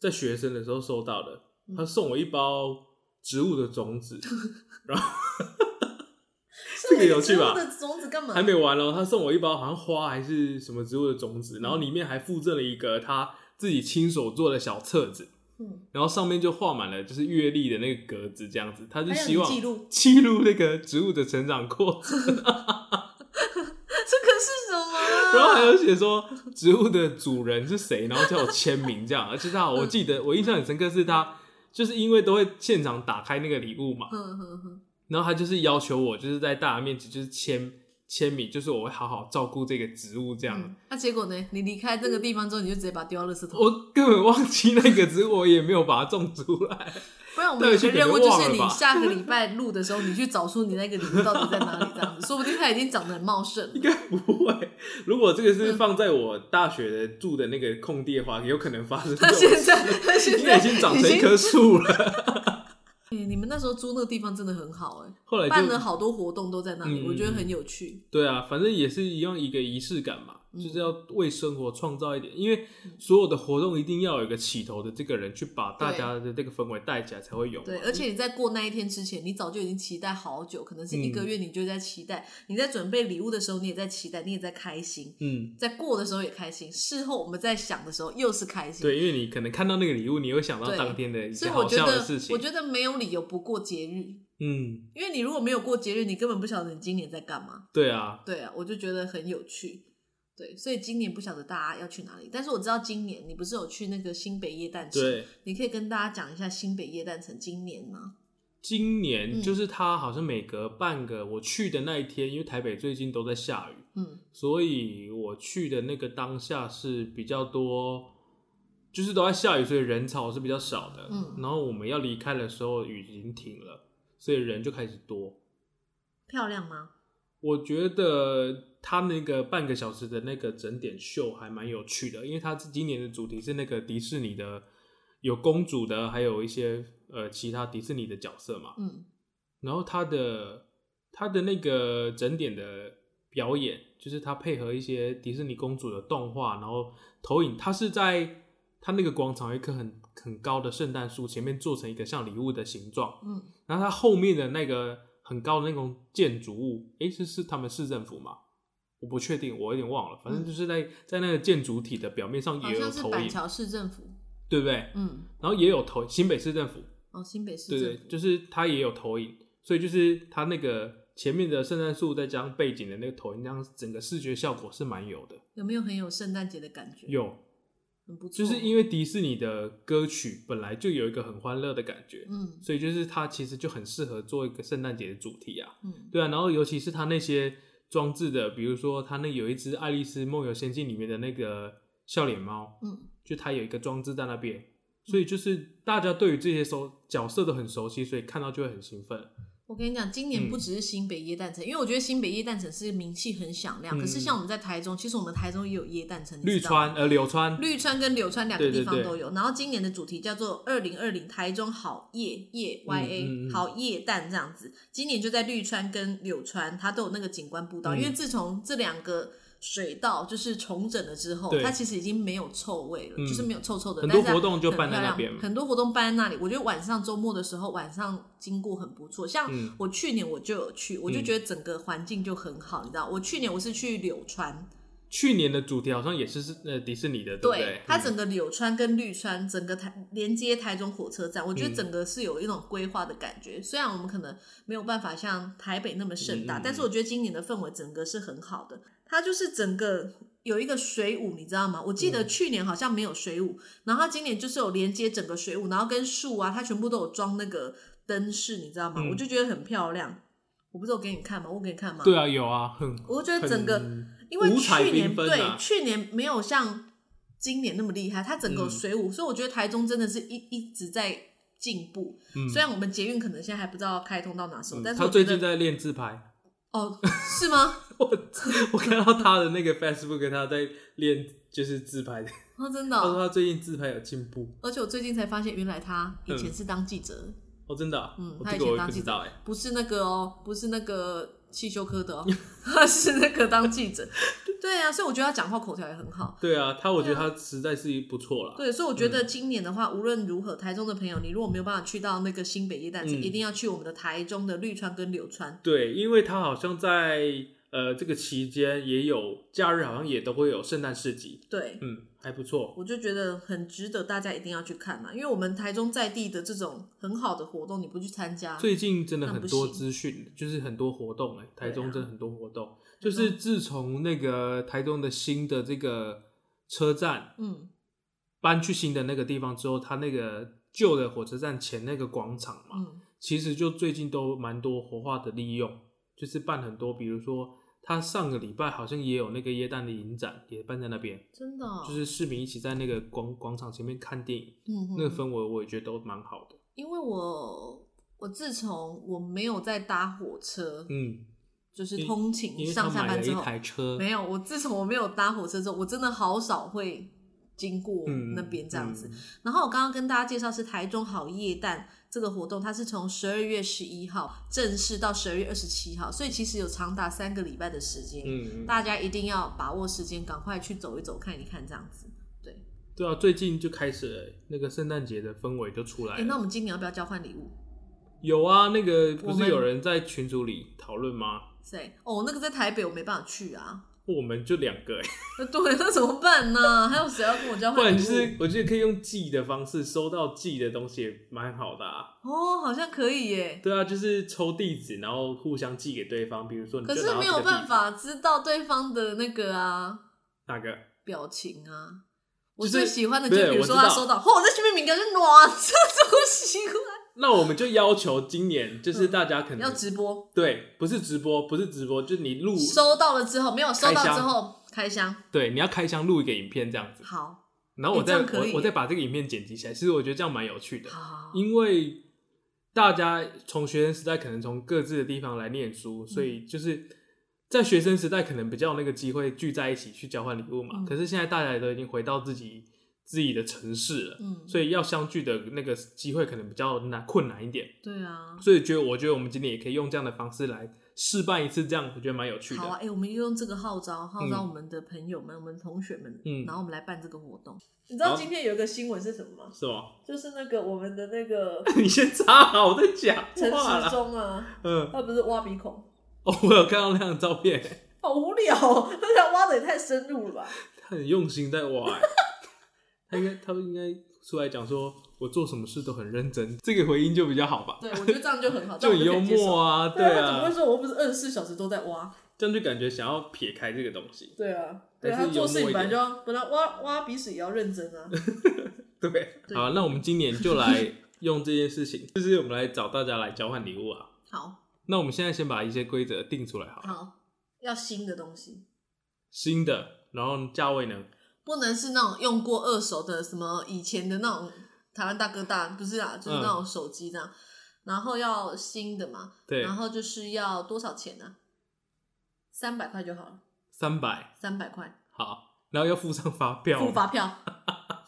S1: 在学生的时候收到的，
S2: 嗯
S1: 他送我一包植物的种 子，这个有趣吧
S2: 送我一个植物的种子干嘛？
S1: 还没完哦，他送我一包好像花还是什么植物的种子，然后里面还附赠了一个他自己亲手做的小册子，
S2: 嗯，
S1: 然后上面就画满了就是月历的那个格子，这样子，他就
S2: 还有
S1: 希望
S2: 你记录
S1: 记录那个植物的成长过程，
S2: 这个是什么 啊、
S1: 然后还有写说植物的主人是谁，然后叫我签名这样，而且他我记得我印象很深刻是他就是因为都会现场打开那个礼物嘛，
S2: 哼哼哼，
S1: 然后他就是要求我就是在大家面前就是签签名，就是我会好好照顾这个植物这样。
S2: 嗯，那、结果呢？你离开这个地方之后，你就直接把它丢到垃圾桶。
S1: 我根本忘记那个植物，我也没有把它种出来。
S2: 不然我们
S1: 对
S2: 有个
S1: 这个
S2: 任务
S1: 就
S2: 就
S1: 忘
S2: 是
S1: 了
S2: 你
S1: 吧
S2: 下个礼拜录的时候，你去找出你那个礼物到底在哪里，这样子，说不定它已经长得很茂盛了
S1: 应。该不会。如果这个是放在我大学的住的那个空地的话，有可能发生这
S2: 它
S1: 种
S2: 现
S1: 事。
S2: 在，它现
S1: 应
S2: 在
S1: 该已经长成一棵树了。
S2: 已经哎你们那时候租那个地方真的很好哎、
S1: 后来
S2: 办了
S1: 就
S2: 好多活动都在那里，
S1: 嗯
S2: 我觉得很有趣。
S1: 对啊，反正也是一样一个仪式感嘛，
S2: 嗯
S1: 就是要为生活创造一点。因为所有的活动一定要有一个起头的这个人去把大家的这个氛围带起来才会有嘛。
S2: 对，而且你在过那一天之前，你早就已经期待好久，可能是一个
S1: 嗯
S2: 月你就在期待。你在准备礼物的时候，你也在期待，你也在开心，
S1: 嗯，
S2: 在过的时候也开心，事后我们在想的时候又是开心。
S1: 对，因为你可能看到那个礼物，你会想到
S2: 对
S1: 当天的一
S2: 所
S1: 些
S2: 以我
S1: 好
S2: 觉
S1: 笑的
S2: 得
S1: 事，情
S2: 我。觉得没有理由不过节日。
S1: 嗯，
S2: 因为你如果没有过节日，你根本不晓得你今年在干嘛。
S1: 对啊，
S2: 对啊，我就觉得很有趣。对，所以今年不晓得大家要去哪里，但是我知道今年你不是有去那个新北夜诞城，
S1: 对，
S2: 你可以跟大家讲一下新北夜诞城今年吗？
S1: 今
S2: 嗯
S1: 年就是它好像每隔半个我去的那一天，因为台北最近都在下雨，
S2: 嗯，
S1: 所以我去的那个当下是比较多，就是都在下雨，所以人潮是比较少的。
S2: 嗯
S1: 然后我们要离开的时候，雨已经停了，所以人就开始多。
S2: 漂亮吗？
S1: 我觉得他那个半个小时的那个整点秀还蛮有趣的，因为他今年的主题是那个迪士尼的，有公主的，还有一些呃其他迪士尼的角色嘛。
S2: 嗯
S1: 然后他的他的那个整点的表演，就是他配合一些迪士尼公主的动画，然后投影，他是在他那个广场有一棵很很高的圣诞树前面做成一个像礼物的形状，
S2: 嗯，
S1: 然后它后面的那个很高的那种建筑物，诶，是是他们市政府吗？我不确定，我有点忘了，反正就是在在那个建筑体的表面上
S2: 嗯好
S1: 也有
S2: 像是
S1: 投
S2: 板
S1: 影，
S2: 桥市政府，
S1: 对不对？
S2: 嗯，
S1: 然后也有投新北市政府，
S2: 哦，新北市
S1: 对
S2: 政
S1: 对
S2: 府，，
S1: 就是它也有投影，所以就是它那个前面的圣诞树再加上背景的那个投影，这样整个视觉效果是蛮有的。
S2: 有没有很有圣诞节的感觉？，
S1: 有，
S2: 很不错，
S1: 就是因为迪士尼的歌曲本来就有一个很欢乐的感觉，
S2: 嗯
S1: 所以就是它其实就很适合做一个圣诞节的主题啊。
S2: 嗯
S1: 对啊，然后尤其是它那些装置的，比如说它那有一只《爱丽丝梦游仙境》里面的那个笑脸猫，
S2: 嗯
S1: 就它有一个装置在那边。所以就是大家对于这些熟角色都很熟悉，所以看到就会很兴奋。
S2: 我跟你讲，今年
S1: 嗯
S2: 不只是新北耶诞城，因为我觉得新北耶诞城是名气很响亮，
S1: 嗯
S2: 可是像我们在台中，其实我们台中也有耶诞城，你
S1: 绿
S2: 知道吗
S1: 川呃柳川，
S2: 绿川跟柳川两个
S1: 对对
S2: 地方
S1: 对
S2: 都有。然后今年的主题叫做“二零二零台中好夜夜 YA、
S1: 嗯嗯嗯
S2: 好夜蛋”这样子。今年就在绿川跟柳川，它都有那个景观步道，
S1: 嗯
S2: 因为自从这两个。水道就是重整了之后，
S1: 对
S2: 它其实已经没有臭味了，
S1: 嗯
S2: 就是没有臭臭的。
S1: 很多
S2: 但是它
S1: 活动就
S2: 很
S1: 办在
S2: 漂
S1: 那
S2: 亮
S1: 边
S2: 很多活动办在那里。我觉得晚上周末的时候，晚上经过很不错。像
S1: 嗯
S2: 我去年我就有去，我就
S1: 嗯
S2: 觉得整个环境就很好，你知道？我去年我是去柳川，
S1: 去年的主题好像也是是呃迪士尼的，对不对？
S2: 它
S1: 嗯
S2: 整个柳川跟绿川，整个台连接台中火车站，我觉得
S1: 嗯
S2: 整个是有一种规划的感觉。虽然我们可能没有办法像台北那么盛大，
S1: 嗯嗯嗯
S2: 但是我觉得今年的氛围整个是很好的。它就是整个有一个水舞，你知道吗？我记得
S1: 嗯
S2: 去年好像没有水舞，然后它今年就是有连接整个水舞，然后跟树啊，它全部都有装那个灯饰，你知道吗？
S1: 嗯
S2: 我就觉得很漂亮。我不是有给你看吗？我给你看吗？
S1: 对啊，有啊，很嗯
S2: 我觉得整个
S1: 很
S2: 因为
S1: 五彩
S2: 去年、
S1: 缤纷
S2: 对
S1: 啊
S2: 去年没有像今年那么厉害，它整个
S1: 嗯
S2: 水舞，所以我觉得台中真的是一一直在进步。
S1: 嗯，
S2: 虽然我们捷运可能现在还不知道开通到哪时候，
S1: 嗯
S2: 但是
S1: 他
S2: 我觉
S1: 最近
S2: 得
S1: 在练自拍，
S2: 哦，是吗？
S1: 我 看到他的那个 Facebook，他在练就是自拍，
S2: 哦，真的
S1: 他
S2: 哦、
S1: 说他最近自拍有进步，
S2: 而且我最近才发现，原来他以前是当记者，
S1: 哦，真的啊，
S2: 嗯
S1: 哦
S2: 他以
S1: 这
S2: 前
S1: 个我也
S2: 当
S1: 不
S2: 记
S1: 知
S2: 者
S1: 道哎，
S2: 不是那个哦，不是那个汽修科 的哦，他是那个当记者。对啊，所以我觉得他讲话口条也很好。
S1: 对啊，他我觉得他实在是不错了，
S2: 对，所以我觉
S1: 嗯
S2: 得今年的话，无论如何，台中的朋友，你如果没有办法去到那个新北夜诞城，
S1: 嗯
S2: 一定要去我们的台中的绿川跟柳川。
S1: 对，因为他好像在呃这个期间也有假日，好像也都会有圣诞市集，
S2: 对，
S1: 嗯，还不错，
S2: 我就觉得很值得大家一定要去看嘛，因为我们台中在地的这种很好的活动，你不去参加，
S1: 最近真的
S2: 啊那不
S1: 很多
S2: 行
S1: 资讯，就是很多活动哎、台
S2: 对
S1: 中
S2: 啊
S1: 真的很多活动，就是自从那个台中的新的这个车站
S2: 嗯
S1: 搬去新的那个地方之后，它那个旧的火车站前那个广场嘛，
S2: 嗯
S1: 其实就最近都蛮多活化的利用，就是办很多，比如说它上个礼拜好像也有那个耶诞的影展也办在那边，
S2: 真的哦、
S1: 就是市民一起在那个广广场前面看电影，
S2: 嗯
S1: 那个
S2: 嗯
S1: 氛围我也觉得都蛮好的。
S2: 因为我我自从我没有再搭火车，
S1: 嗯，
S2: 就是通勤
S1: 因为他
S2: 上下
S1: 买
S2: 班
S1: 了
S2: 之
S1: 一
S2: 后，
S1: 台车，
S2: 没有，我自从我没有搭火车之后，我真的好少会经过
S1: 嗯
S2: 那边这样子。
S1: 嗯
S2: 然后我刚刚跟大家介绍是台中好夜蛋这个活动，它是从十二月十一号正式到十二月二十七号，所以其实有长达三个礼拜的时间，
S1: 嗯，嗯
S2: 大家一定要把握时间，赶快去走一走、看一看这样子。对，
S1: 对啊，最近就开始了那个圣诞节的氛围就出来
S2: 哎、
S1: 了。
S2: 那我们今年要不要交换礼物？
S1: 有啊，那个不
S2: 我们
S1: 是有人在群组里讨论吗？哦
S2: 谁？哦，那个在台北我没办法去啊。
S1: 我们就两个、欸，
S2: 那对，那怎么办呢？还有谁要跟我交
S1: 不
S2: 换
S1: 然
S2: 礼物？
S1: 就是我觉得可以用寄的方式收到寄的东西，也蛮好的啊。
S2: 哦，好像可以耶。
S1: 对啊，就是抽地址，然后互相寄给对方。比如说，你
S2: 可
S1: 就是拿到
S2: 没
S1: 这个
S2: 有
S1: 地
S2: 办，法知道对方的那个啊，
S1: 哪个？
S2: 表情啊。我
S1: 就是
S2: 最喜欢的
S1: 不
S2: 就是比如说
S1: 我知
S2: 他
S1: 道
S2: 收到，嚯，那前面敏感就暖， 这怎么喜欢？
S1: 那我们就要求今年就是
S2: 嗯
S1: 大家可能、
S2: 要直播，
S1: 对，不是直播，不是直播，就是你录
S2: 收到了之后没有收
S1: 开
S2: 到
S1: 箱
S2: 之后开箱，
S1: 对，你要开箱录一个影片这样子，
S2: 好，
S1: 然后我
S2: 欸这
S1: 再、
S2: 样可以
S1: 我我
S2: 耶
S1: 再把这个影片剪辑起来。其实我觉得这样蛮有趣的，
S2: 好好，好
S1: 因为大家从学生时代可能从各自的地方来念
S2: 嗯
S1: 书，所以就是在学生时代可能比较有那个机会聚在一起去交换礼物嘛。
S2: 嗯
S1: 可是现在大家也都已经回到自己自己的城市了，
S2: 嗯，
S1: 所以要相聚的那个机会可能比较难困难一点。
S2: 对啊，
S1: 所以觉得我觉得我们今天也可以用这样的方式来试办一次，这样我觉得蛮有趣的。
S2: 好啊，哎、我们用这个号召，号召
S1: 嗯
S2: 我们的朋友们、我们同学们，
S1: 嗯
S2: 然后我们来办这个活动。你知
S1: 好
S2: 道今天有一个新闻是什么吗？
S1: 是吗？
S2: 就是那个我们的那个
S1: 你先插好， 我在讲
S2: 陈
S1: 话
S2: 时
S1: 啦。
S2: 中啊，
S1: 嗯，
S2: 他不是挖鼻孔，
S1: 哦，我有看到那张照片，
S2: 好无聊、哦，而且挖的也太深入了吧？
S1: 他很用心在挖、欸。他应该，他应该出来讲说，我做什么事都很认真，这个回应就比较好吧？
S2: 对，我觉得这样就很 好，
S1: 就很幽默
S2: 啊。
S1: 啊，
S2: 对
S1: 对
S2: 啊，他怎么
S1: 啊
S2: 会，说我又不是二十四小时都在挖？
S1: 这样就感觉想要撇开这个东西。
S2: 对啊，对
S1: 还
S2: 啊，
S1: 是
S2: 他做事
S1: 幽默一
S2: 情本来
S1: 点
S2: 就要，本来挖挖鼻屎也要认真啊。
S1: 对，
S2: 对
S1: 好，那我们今年就来用这件事情，就是我们来找大家来交换礼物啊。
S2: 好
S1: 那我们现在先把一些规则定出来好了，
S2: 好，要新的东西。
S1: 新的，然后价位呢？
S2: 不能是那种用过二手的，什么以前的那种台湾大哥大，不是啊，就是那种手机这样。然后要新的嘛，
S1: 对，
S2: 然后就是要多少钱呢、啊？三百块就好了，
S1: 三百，
S2: 三百块
S1: 好，然后要附上发票，
S2: 付 发票，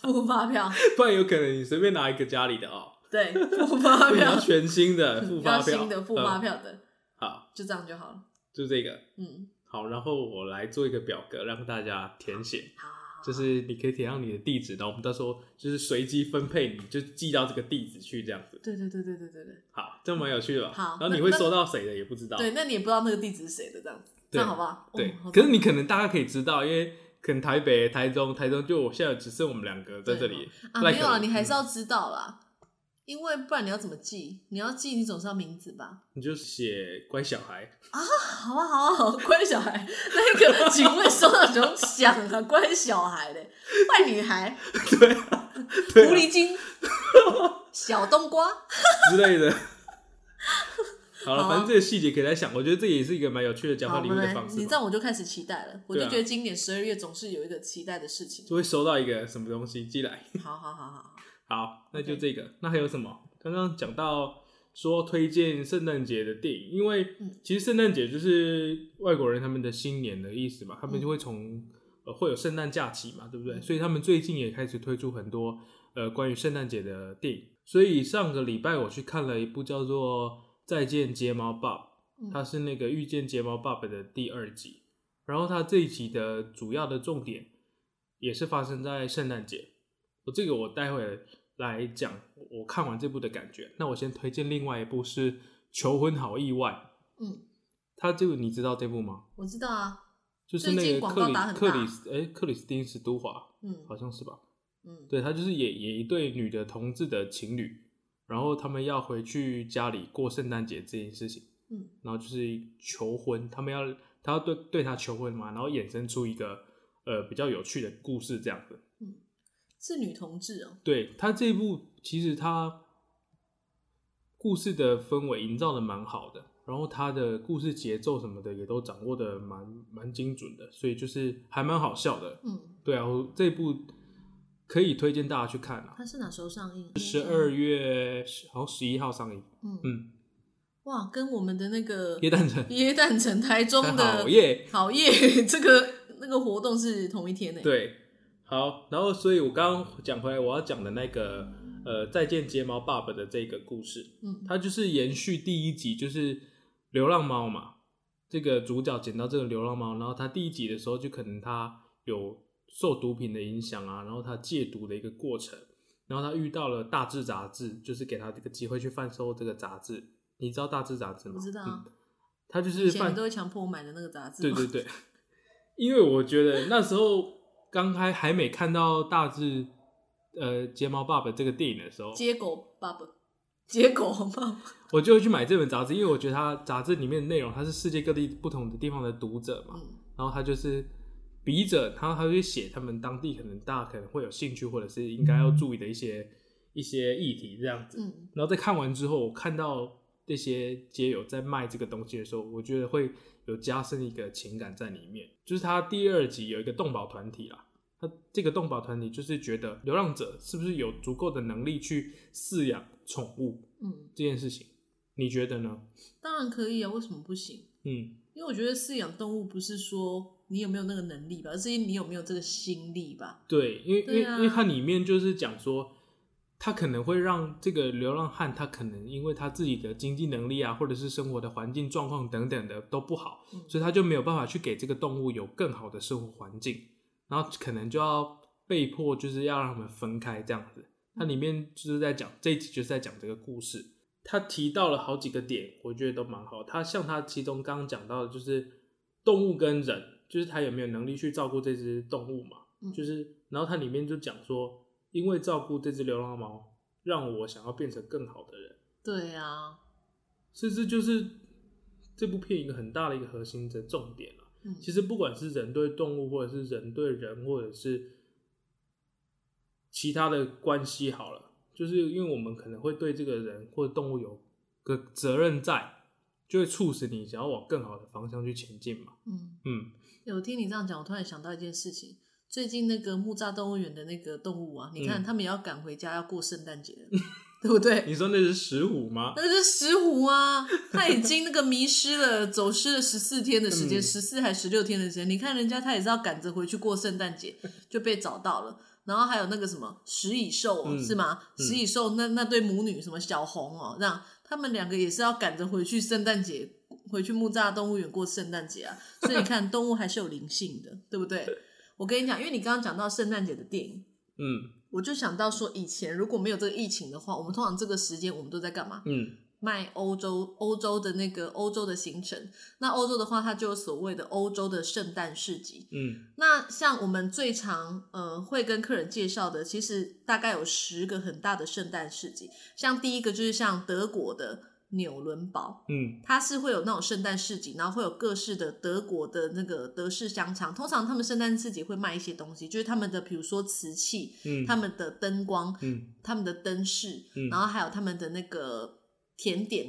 S2: 付发票，
S1: 不然有可能你随便拿一个家里的哦，
S2: 对，付发
S1: 你要
S2: 票，
S1: 全新 的付发
S2: 要
S1: 票，
S2: 新的付发
S1: 嗯
S2: 票的，
S1: 好，
S2: 就这样就好了。
S1: 就这个
S2: 嗯，
S1: 好，然后我来做一个表格让大家填写，
S2: 好好，好
S1: 就是你可以填上你的地址，然后我们到时候就是随机分配，你就寄到这个地址去这样子，
S2: 对对对对对对对
S1: 好，这样蛮有趣的吧？
S2: 好
S1: 然后你
S2: 那
S1: 会
S2: 那
S1: 收到谁的也不知道，
S2: 对，那你也不知道那个地址是谁的，这样子，这
S1: 对
S2: 样好不好？
S1: 对
S2: 哦好
S1: 可
S2: 痛
S1: 是你可能大家可以知道，因为可能台北、台中、台中就我现在只剩我们两个在这里，
S2: 啊，
S1: 赖
S2: 没有
S1: 可
S2: 啊，
S1: 能
S2: 你还是
S1: 嗯
S2: 要知道啦，因为不然你要怎么记？你要记，你总是要名字吧？
S1: 你就写乖小孩，
S2: 好啊，好啊，好啊，乖小孩。那个，请问收到什么响啊？乖小孩嘞，坏女孩，
S1: 对啊，对啊
S2: 狐 狸精，小冬瓜，
S1: 之类的。 好了，
S2: 好啊
S1: 反正这个细节可以来想，我觉得这也是一个蛮有趣的交
S2: 好，
S1: 换
S2: 我
S1: 礼物
S2: 们
S1: 的
S2: 来
S1: 方，式
S2: 你
S1: 吧
S2: 这样我就开始期待了，我就
S1: 对啊
S2: 觉得今年十二月总是有一个期待的事情。
S1: 就会收到一个什么东西寄来。
S2: 好好好好，
S1: 好，那就
S2: OK
S1: 这个。那还有什么？刚刚讲到说推荐圣诞节的电影，因为
S2: 嗯
S1: 其实圣诞节就是外国人他们的新年的意思嘛，他们就会从呃会有圣诞假期嘛，对不对？
S2: 嗯
S1: 所以他们最近也开始推出很多呃关于圣诞节的电影。所以上个礼拜我去看了一部叫做《再见睫毛爸》，
S2: 嗯
S1: 它是那个《遇见睫毛爸爸》的第二集，然后它这一集的主要的重点也是发生在圣诞节。我这个我待会来讲，我看完这部的感觉。那我先推荐另外一部是《求婚好意外》，
S2: 嗯，
S1: 它这个你知道这部吗？
S2: 我知道啊，
S1: 就是那
S2: 最
S1: 个
S2: 近广
S1: 克
S2: 告
S1: 里
S2: 打很
S1: 克
S2: 大
S1: 里斯哎克里斯汀史都华
S2: 嗯
S1: 好像是吧？
S2: 嗯，
S1: 对，他就是也也一对女的同志的情侣，然后他们要回去家里过圣诞节这件事情，
S2: 嗯，
S1: 然后就是求婚，他们要他要对对他求婚嘛，然后衍生出一个呃比较有趣的故事这样子。
S2: 是女同志哦，
S1: 对他这一部，其实他故事的氛围营造的蛮好的，然后他的故事节奏什么的也都掌握的蛮蛮精准的，所以就是还蛮好笑的。
S2: 嗯，
S1: 对啊，我这一部可以推荐大家去看啊。
S2: 它是哪时候上映？
S1: 十二，月好像十一号上映，
S2: 嗯
S1: 嗯，
S2: 哇，跟我们的那个
S1: 耶诞城，
S2: 耶诞城台中的
S1: 好耶，
S2: 好耶，这个那个活动是同一天呢、，
S1: 对，好，然后所以我刚刚讲回来，我要讲的那个呃，再见睫毛爸爸的这个故事，
S2: 嗯，
S1: 它就是延续第一集，就是流浪猫嘛。这个主角捡到这个流浪猫，然后他第一集的时候就可能他有受毒品的影响啊，然后他戒毒的一个过程，然后他遇到了《大志》杂志，就是给他这个机会去贩售这个杂志。你知道《大志》杂志吗？
S2: 我知道啊
S1: 嗯，他就
S2: 以
S1: 是贩
S2: 前都会强迫我买的那个杂志，
S1: 对对，对，因为我觉得那时候刚开还没看到大志呃《睫毛爸爸》这个电影的时候，
S2: 接狗爸爸，接狗爸 爸，
S1: 我就会去买这本杂志，因为我觉得它杂志里面的内容，它是世界各地不同的地方的读者嘛，
S2: 嗯
S1: 然后它就是笔者他他会写他们当地可能大家可能会有兴趣或者是应该要注意的一些一些议题这样子。
S2: 嗯，
S1: 然后在看完之后，我看到这些街友在卖这个东西的时候，我觉得会有加深一个情感在里面。就是他第二集有一个动保团体啦，他这个动保团体就是觉得流浪者是不是有足够的能力去饲养宠物
S2: 嗯，
S1: 这件事情，你觉得呢？
S2: 当然可以啊，为什么不行？
S1: 嗯
S2: 因为我觉得饲养动物不是说你有没有那个能力吧，而是你有没有这个心力吧。，
S1: 对，因为、因为
S2: 对啊
S1: 因为它里面就是讲说。他可能会让这个流浪汉，他可能因为他自己的经济能力啊，或者是生活的环境状况等等的都不好，
S2: 嗯
S1: 所以他就没有办法去给这个动物有更好的生活环境，然后可能就要被迫就是要让他们分开这样子。它里面就是在讲这一集就是在讲这个故事，他提到了好几个点，我觉得都蛮好。他像他其中刚刚讲到的就是动物跟人，就是他有没有能力去照顾这只动物嘛？
S2: 嗯
S1: 就是然后它里面就讲说，因为照顾这只流浪猫，让我想要变成更好的人。
S2: 对啊，
S1: 所以这就是这部片一个很大的一个核心的重点啊了、
S2: 嗯，
S1: 其实不管是人对动物，或者是人对人，或者是其他的关系，好了，就是因为我们可能会对这个人或者动物有个责任在，就会促使你想要往更好的方向去前进嘛。
S2: 嗯。
S1: 嗯，
S2: 有听你这样讲，我突然想到一件事情。最近那个木栅动物园的那个动物啊，你看、
S1: 嗯
S2: 他们也要赶回家，要过圣诞节了， 对不对？
S1: 你说那是石虎吗？
S2: 那是石虎啊，它已经那个迷失了，走失了十四天的时间，
S1: 嗯
S2: 十四、还十六天的时间。你看人家，他也是要赶着回去过圣诞节，就被找到了。然后还有那个什么食蚁兽、哦
S1: 嗯
S2: 是吗？
S1: 嗯
S2: 食蚁兽那那对母女什么小红哦，让他们两个也是要赶着回去圣诞节，回去木栅动物园过圣诞节啊。所以你看，动物还是有灵性的，对不对？我跟你讲，因为你刚刚讲到圣诞节的电影，
S1: 嗯
S2: 我就想到说，以前如果没有这个疫情的话，我们通常这个时间我们都在干嘛？
S1: 嗯
S2: 卖欧洲欧洲的那个欧洲的行程。那欧洲的话，它就有所谓的欧洲的圣诞市集。
S1: 嗯
S2: 那像我们最常呃会跟客人介绍的，其实大概有十个很大的圣诞市集。像第一个就是像德国的纽伦堡，
S1: 嗯
S2: 它是会有那种圣诞市集，然后会有各式的德国的那个德式香肠。通常他们圣诞市集会卖一些东西，就是他们的比如说瓷器、
S1: 嗯，
S2: 他们的灯光、
S1: 嗯
S2: 他们的灯饰，
S1: 嗯
S2: 然后还有他们的那个甜点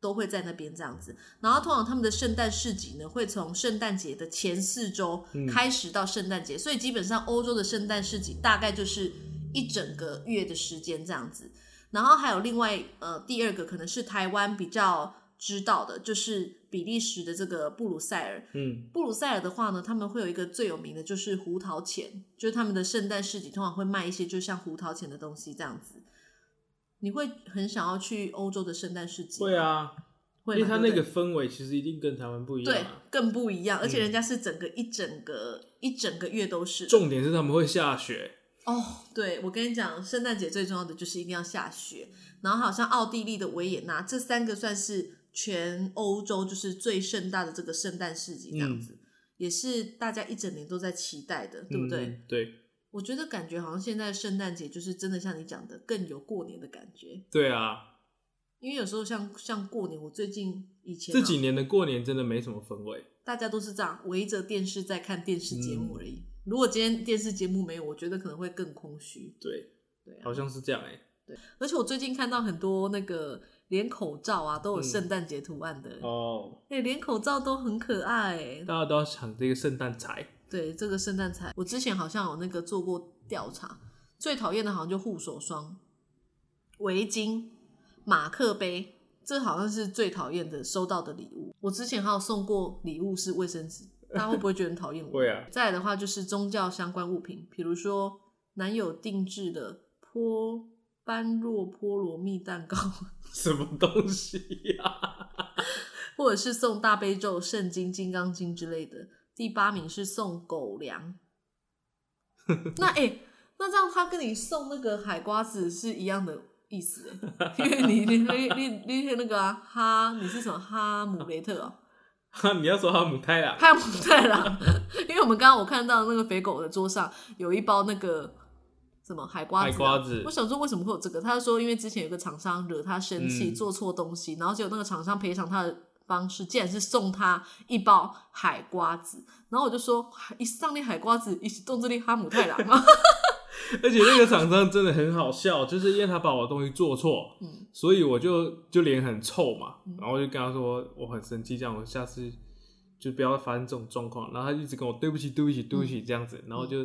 S2: 都会在那边这样子。然后通常他们的圣诞市集呢，会从圣诞节的前四周
S1: 嗯
S2: 开始到圣诞节，所以基本上欧洲的圣诞市集大概就是一整个月的时间这样子。然后还有另外呃第二个可能是台湾比较知道的，就是比利时的这个布鲁塞尔，
S1: 嗯
S2: 布鲁塞尔的话呢，他们会有一个最有名的就是胡桃钳，就是他们的圣诞市集通常会卖一些就像胡桃钳的东西这样子。你会很想要去欧洲的圣诞市集？
S1: 会，啊，因
S2: 会
S1: 为
S2: 嘛
S1: 它
S2: 对
S1: 那
S2: 不
S1: 个
S2: 对
S1: 氛围其实一定跟台湾不一样、
S2: 对
S1: 啊。
S2: 更不一样，而且
S1: 嗯
S2: 人家是整个一整个、一整个月都是
S1: 重点是他们会下雪。
S2: 哦。对我跟你讲，圣诞节最重要的就是一定要下雪，然后好像奥地利的维也纳，这三个算是全欧洲就是最盛大的这个圣诞市集这
S1: 嗯
S2: 样子。也是大家一整年都在期待的，对不对？
S1: 嗯？对
S2: 我觉得感觉好像现在圣诞节就是真的像你讲的更有过年的感觉，
S1: 对啊，
S2: 因为有时候像像过年，我最近以前、啊、
S1: 这几年的过年真的没什么氛围。
S2: 大家都是这样围着电视在看电视节目而
S1: 嗯
S2: 已。如果今天电视节目没有，我觉得可能会更空虚。
S1: 对，
S2: 对啊
S1: 好，像是这样哎、
S2: 而且我最近看到很多那个连口罩啊都有
S1: 嗯
S2: 圣诞节图案的，哎、
S1: 哦，
S2: 连口罩都很可爱、欸
S1: 大家都要抢这个圣诞财。
S2: 对，这个圣诞彩，我之前好像有那个做过调查，最讨厌的好像就护手霜、围巾、马克杯，这好像是最讨厌的收到的礼物。我之前还有送过礼物是卫生纸，大家会不会觉得很讨厌我？
S1: 会啊
S2: 再来的话就是宗教相关物品，比如说男友定制的波般若波罗蜜蛋糕，
S1: 什么东西啊呀、
S2: 或者是送大悲咒、圣经、金刚经之类的。第八名是送狗粮。那哎、欸那这样他跟你送那个海瓜子是一样的意思欸，因为你你你你你你那个、啊、哈，你是什么哈姆雷特哦、
S1: 哈，你要说哈姆太啊？
S2: 哈姆太郎，因为我们刚刚我看到那个肥狗的桌上有一包那个什么海瓜子啊、
S1: 海瓜子
S2: 我想说为什么会有这个？他就说因为之前有个厂商惹他生气，
S1: 嗯
S2: 做错东西，然后结果那个厂商赔偿他的方式，竟然是送他一包海瓜子。然后我就说，一上那海瓜子，一起动这里哈姆太郎吗？
S1: 而且那个厂商真的很好笑，就是因为他把我的东西做错，
S2: 嗯
S1: 所以我就就脸很臭嘛
S2: 嗯，
S1: 然后就跟他说我很生气，这样我下次就不要发生这种状况。然后他一直跟我对不起，对不起，对不起这样
S2: 嗯
S1: 子，然后就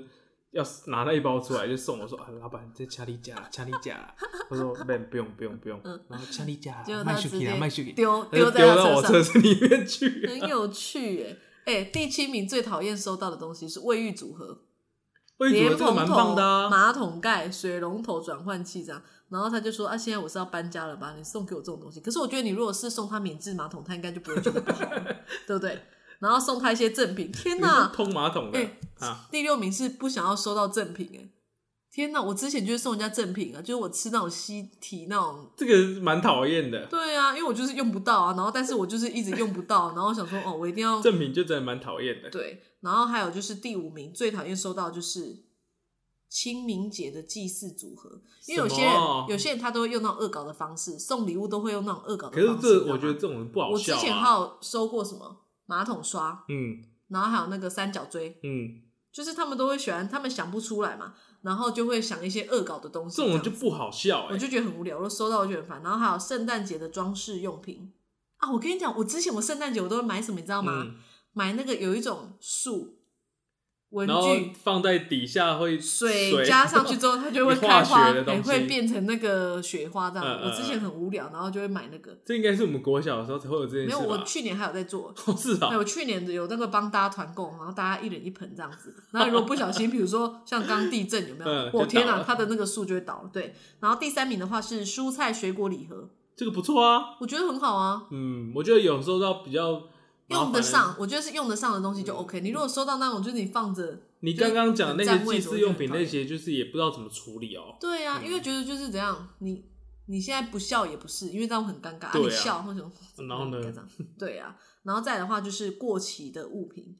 S1: 要拿那一包出来就送我说啊，老板这掐你加啦，掐你加啦。我说不不用不用不用
S2: 嗯，
S1: 然后掐你加
S2: 结果
S1: 啦，
S2: 他
S1: 卖
S2: 直
S1: 手机啦，啊
S2: 接
S1: 卖手机，
S2: 丢
S1: 他就
S2: 在
S1: 呃丢
S2: 他
S1: 到我
S2: 车
S1: 车
S2: 上，
S1: 子
S2: 嗯
S1: 里面去。
S2: 很有趣耶、哎、第七名最讨厌收到的东西是卫浴组合，
S1: 我也觉
S2: 连
S1: 得这个
S2: 蓬
S1: 蛮
S2: 头、
S1: 棒的啊，
S2: 马桶盖、水龙头转换器这样。然后他就说：“啊，现在我是要搬家了吧？你送给我这种东西。可是我觉得你如果是送他免治马桶，他应该就不会觉得不好，对 不对？然后送他一些赠品，天
S1: 你
S2: 哪
S1: 是！通马桶的
S2: 哎
S1: 啊，
S2: 第六名是不想要收到赠品、哎，天哪！我之前就是送人家赠品啊，就是我吃那种西提那种
S1: 这个蛮讨厌的，
S2: 对啊，因为我就是用不到啊，然后但是我就是一直用不到，然后想说哦，我一定要
S1: 正品就真的蛮讨厌的。
S2: 对，然后还有就是第五名最讨厌收到就是清明节的祭祀组合，因为有些人
S1: 什么
S2: 有些人他都会用那种恶搞的方式送礼物，都会用那种恶搞的
S1: 可
S2: 方式。
S1: 是这我
S2: 你
S1: 觉得
S2: 知道吗
S1: 这种不好
S2: 我之
S1: 笑
S2: 前还
S1: 啊。
S2: 有收过什么马桶刷，
S1: 嗯
S2: 然后还有那个三角锥，
S1: 嗯，
S2: 就是他们都会喜欢，他们想不出来嘛，然后就会想一些恶搞的东西
S1: 这
S2: 样子。
S1: 种就不好笑
S2: 我
S1: 哎、
S2: 就觉得很无聊，我收到我就很烦。然后还有圣诞节的装饰用品啊，我跟你讲，我之前我圣诞节我都会买什么，你知道吗？
S1: 嗯，
S2: 买那个有一种树文
S1: 然后
S2: 具，
S1: 放在底下会
S2: 水加上去之后它就会开
S1: 化
S2: 花，
S1: 学的东
S2: 也
S1: 西
S2: 会变成那个雪花这样。
S1: 嗯嗯嗯嗯
S2: 我之前很无聊，然后就会买那个。
S1: 这应该是我们国小的时候才会有这件
S2: 没
S1: 事吧？
S2: 有，我去年还有在做。
S1: 哦是
S2: 对，
S1: 啊，
S2: 我去年有那个帮大家团购，然后大家一人一盆这样子。然后如果不小心，比如说像刚地震有没有
S1: 嗯？
S2: 我
S1: 就
S2: 天
S1: 倒
S2: 哪，
S1: 了
S2: 它的那个树就会倒了。对，然后第三名的话是蔬菜水果礼盒，
S1: 这个不错啊。
S2: 我觉得很好啊。
S1: 嗯，我觉得有时候到比较麻
S2: 用
S1: 烦
S2: 得
S1: 的
S2: 上，我觉得是用得上的东西就 OK。你如果收到那种，就是你放着，
S1: 你刚刚讲的那
S2: 占
S1: 些
S2: 位
S1: 祭
S2: 置我
S1: 祀
S2: 就很
S1: 用品
S2: 讨厌
S1: 那些，就是也不知道怎么处理哦。
S2: 对啊，因为觉得就是怎样，你你现在不笑也不是，因为这样很尴尬。
S1: 对啊
S2: 你笑或者
S1: 然后呢
S2: 这样对啊，然后再的话就是过期的物品，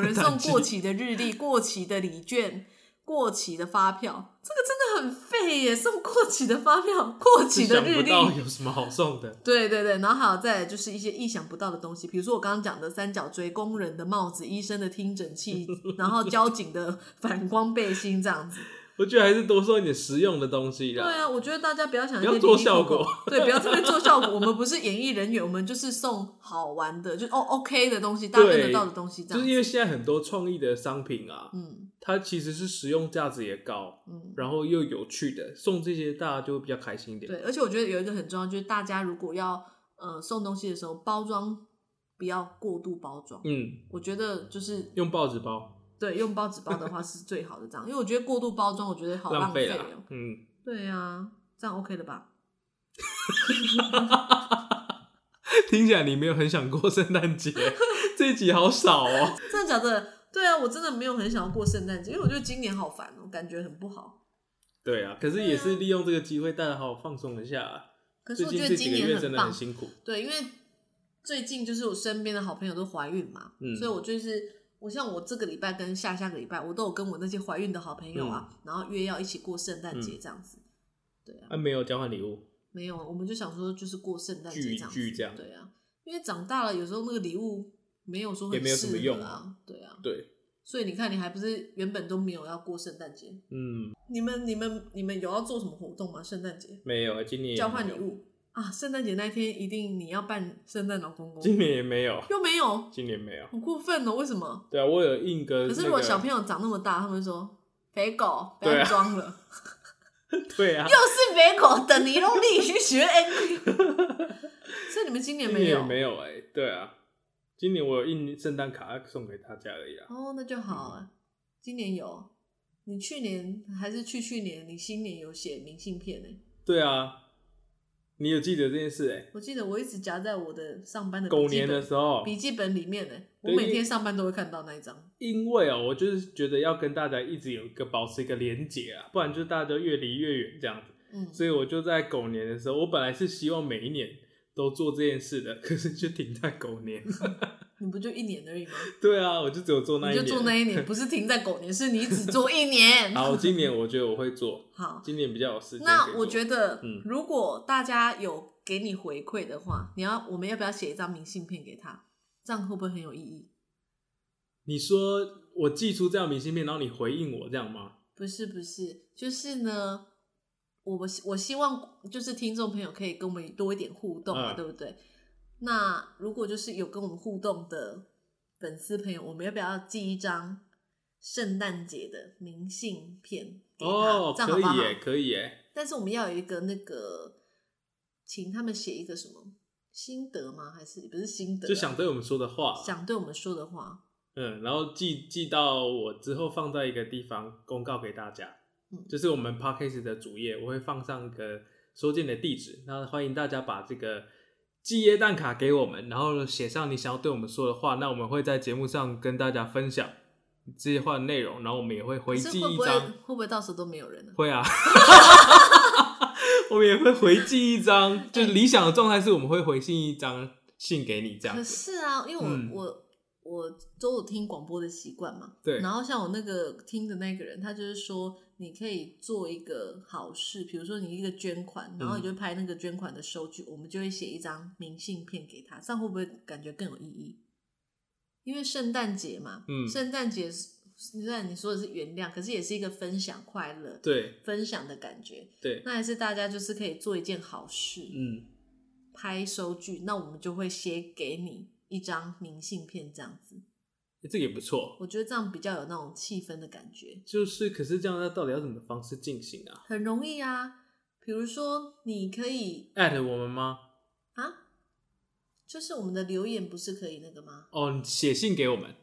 S2: 人送
S1: 淡季
S2: 过期的日历、过期的礼券、过期的发票，这个真的很废耶！送过期的发票、过期的
S1: 想
S2: 日
S1: 不
S2: 历，
S1: 到有什么好送的，
S2: 对对对，然后还有再来就是一些意想不到的东西，比如说我刚刚讲的三角锥、工人的帽子、医生的听诊器，然后交警的反光背心这样子。
S1: 我觉得还是多送一点实用的东西
S2: 对
S1: 啦。
S2: 啊，我觉得大家不要想
S1: 不要
S2: 一些
S1: 做
S2: 利利扣扣
S1: 效果，
S2: 对，不要这边做效果。我们不是演艺人员，我们就是送好玩的，就哦 OK 的东西，大家用得到的东西这
S1: 就
S2: 样
S1: 是
S2: 子。
S1: 因为现在很多创意的商品啊，
S2: 嗯
S1: 它其实是实用价值也高，
S2: 嗯，
S1: 然后又有趣的，送这些大家就会比较开心一点。
S2: 对，而且我觉得有一个很重要，就是大家如果要呃送东西的时候，包装不要过度包装。
S1: 嗯，
S2: 我觉得就是
S1: 用报纸包
S2: 对，用包纸包的话是最好的，这样，因为我觉得过度包装，我觉得好
S1: 浪
S2: 费
S1: 啦
S2: 哦。。
S1: 嗯，
S2: 对啊，这样 OK 了吧？
S1: 听起来你没有很想过圣诞节， 这一集好少哦。
S2: 真的假的？对啊，我真的没有很想要过圣诞节，因为我觉得今年好烦哦，感觉很不好。
S1: 对啊，可是也是利用这个机会，大家好好放松一下啊。
S2: 可是
S1: 最
S2: 我
S1: 近
S2: 觉
S1: 这
S2: 得
S1: 几
S2: 今
S1: 个
S2: 年
S1: 月真
S2: 很
S1: 的
S2: 棒
S1: 很，辛苦。
S2: 对，因为最近就是我身边的好朋友都怀孕嘛，
S1: 嗯
S2: 所以我就是我像我这个礼拜跟下下个礼拜，我都有跟我那些怀孕的好朋友啊，
S1: 嗯
S2: 然后约要一起过圣诞节这样子。对啊，
S1: 啊，没有交换礼物，
S2: 没有，我们就想说就是过圣诞节
S1: 聚一
S2: 这样子，
S1: 聚这样
S2: 对啊，因为长大了，有时候那个礼物没有说很
S1: 也没有什么用
S2: 适合啊，对啊，
S1: 对，
S2: 所以你看，你还不是原本都没有要过圣诞节？
S1: 嗯，
S2: 你们、你们、你们有要做什么活动吗？圣诞节
S1: 没有，啊今年也
S2: 交换
S1: 没
S2: 礼
S1: 有，
S2: 物啊？圣诞节那天一定你要扮圣诞老公公，
S1: 今年也没有，
S2: 又没有，
S1: 今年没有。
S2: 好过分哦！为什么？
S1: 对啊，我有印个、那
S2: 可是如果小朋
S1: 友
S2: 友长那么大，他 们说肥狗不
S1: 对
S2: 要
S1: 啊
S2: 装了，
S1: 对啊，
S2: 又是肥狗，等你用力去学 NG。所以你们今年
S1: 今
S2: 没
S1: 年也
S2: 有？
S1: 没有哎、对啊，今年我有印圣诞卡送给大家而已啊。
S2: 哦，那就好啊。今年有，你去年还是去去年，你新年有写明信片呢、
S1: 对啊，你有记得这件事哎、
S2: 我记得我一直夹在我的上班的笔
S1: 狗
S2: 记
S1: 年的
S2: 本
S1: 时候，
S2: 笔记本里面呢、我
S1: 对
S2: 每天上班都会看到那一张。
S1: 因为哦、我就是觉得要跟大家一直有一个保持一个连结啊，不然就大家就越离越远这样子。
S2: 嗯，
S1: 所以我就在狗年的时候，我本来是希望每一年都做这件事的，可是就停在狗年。
S2: 你不就一年而已吗？
S1: 对啊，我就只有做那一
S2: 你就
S1: 年。
S2: 做那一年，不是停在狗年，是你只做一 年。
S1: 好，今年我觉得我会做，
S2: 好
S1: 今年比较有时间可以做。
S2: 那我觉得
S1: 嗯，
S2: 如果大家有给你回馈的话，你要我们要不要写一张明信片给他？这样会不会很有意义？
S1: 你说我寄出这样明信片，然后你回应我这样吗？
S2: 不是不是，就是呢，我我希我希望就是听众朋友可以跟我们多一点互动嘛，
S1: 嗯
S2: 对不对？那如果就是有跟我们互动的粉丝朋友，我们要不要寄一张圣诞节的明信片给他？
S1: 哦，
S2: 这样好啊
S1: 可
S2: 不好
S1: 以？耶，可以耶，
S2: 但是我们要有一个那个，请他们写一个什么心得吗？还是不是心得啊？
S1: 就想啊对我们说的话，
S2: 想对我们说的话，
S1: 嗯，然后寄寄到我之后放在一个地方公告给大家，
S2: 嗯
S1: 就是我们 podcast 的主页，我会放上一个收件的地址，那欢迎大家把这个寄耶蛋卡给我们，然后写上你想要对我们说的话，那我们会在节目上跟大家分享这些话的内容，然后我们也会回
S2: 可是
S1: 寄
S2: 会
S1: 一
S2: 不会
S1: 张，
S2: 会不会到时候都没有人呢、
S1: 会啊。 我们也会回寄一张，
S2: 哎
S1: 就理想的状态是我们会回信一张信给你这样
S2: 可
S1: 子，
S2: 是啊，因为我、
S1: 嗯
S2: 我我都有听广播的习惯嘛，
S1: 对
S2: 然后像我那个听的那个人，他就是说，你可以做一个好事，比如说你一个捐款，然后
S1: 嗯
S2: 你就拍那个捐款的收据，我们就会写一张明信片给他，这样会不会感觉更有意义？因为圣诞节嘛，
S1: 嗯
S2: 圣诞节是虽然你说的是原谅，可是也是一个分享快乐、
S1: 对
S2: 分享的感觉。
S1: 对，
S2: 那还是大家就是可以做一件好事，
S1: 嗯。
S2: 拍收据，那我们就会写给你一张明信片这样子。
S1: 这个也不错，
S2: 我觉得这样比较有那种气氛的感觉，
S1: 就是，可是这样，那到底要怎么方式进行啊
S2: 很容易啊。比如说，你可以
S1: 艾特我们吗？
S2: 啊，就是我们的留言不是可以那个吗？
S1: 哦，你写信给我们，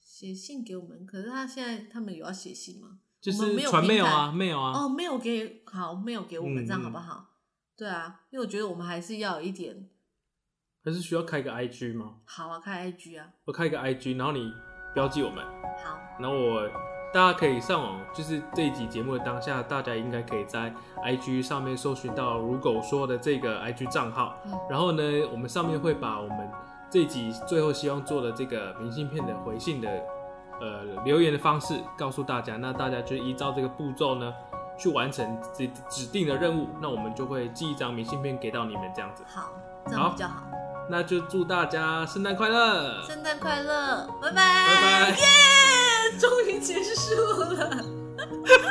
S2: 写信给我们，可是他现在他们有要写信吗？
S1: 就
S2: 我们
S1: 是
S2: 没有
S1: 传
S2: 平
S1: mail 啊
S2: 台
S1: ，mail 啊。
S2: 哦，没有给，好，没有给我们，
S1: 嗯
S2: 这样
S1: 嗯
S2: 好不好？对啊，因为我觉得我们还是要有一点
S1: 还是需要开个 IG 吗？
S2: 好啊，开 IG 啊，
S1: 我开一个 IG，然后你标记我们，
S2: 好，
S1: 然后我大家可以上网，就是这一集节目的当下，大家应该可以在 IG 上面搜寻到如狗说的这个 IG 账号，
S2: 嗯，
S1: 然后呢，我们上面会把我们这一集最后希望做的这个明信片的回信的呃留言的方式告诉大家，那大家就依照这个步骤呢去完成指指定的任务，那我们就会寄一张明信片给到你们这样子。
S2: 好，这样
S1: 好
S2: 比较好。
S1: 那就祝大家圣诞快乐！
S2: 圣诞快乐，拜拜，
S1: 拜拜
S2: 耶！终于结束了，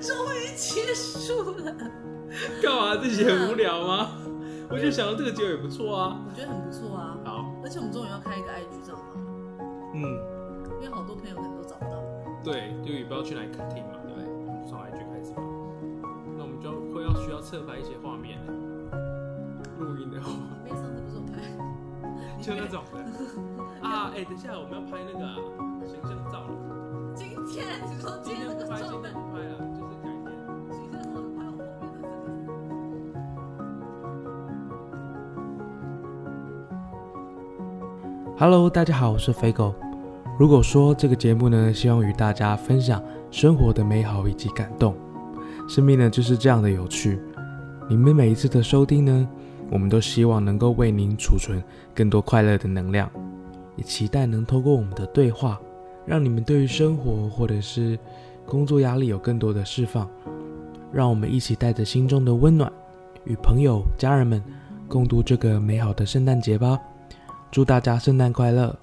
S2: 终于结束了，
S1: 干嘛这些很无聊吗？我就想到这个结尾不错啊。
S2: 我觉得很不错啊。
S1: 好，
S2: 而且我们终于要开一个 IG 账号，
S1: 嗯，
S2: 因为好多朋友可能都找不到。
S1: 对，就也不知道去哪里听嘛，对不对？就从 IG 开始吧。那我们就要会要需要侧拍一些画面，录音的 话。
S2: 你妹上次不是有拍？
S1: 就那种的啊！哎、等一下，我们要拍那个、啊、形象照了。
S2: 今天你说
S1: 今
S2: 今
S1: 天
S2: 天那
S1: 不
S2: 个
S1: 拍，
S2: 照
S1: 今
S2: 片
S1: 天，不拍了，就是改天。
S2: 今天好像拍我后面的这个。
S4: Hello，大家好，我是肥狗。如果说这个节目呢，希望与大家分享生活的美好以及感动，生命呢就是这样的有趣。你们每一次的收听呢，我们都希望能够为您储存更多快乐的能量，也期待能透过我们的对话，让你们对于生活或者是工作压力有更多的释放。让我们一起带着心中的温暖，与朋友、家人们共度这个美好的圣诞节吧。祝大家圣诞快乐！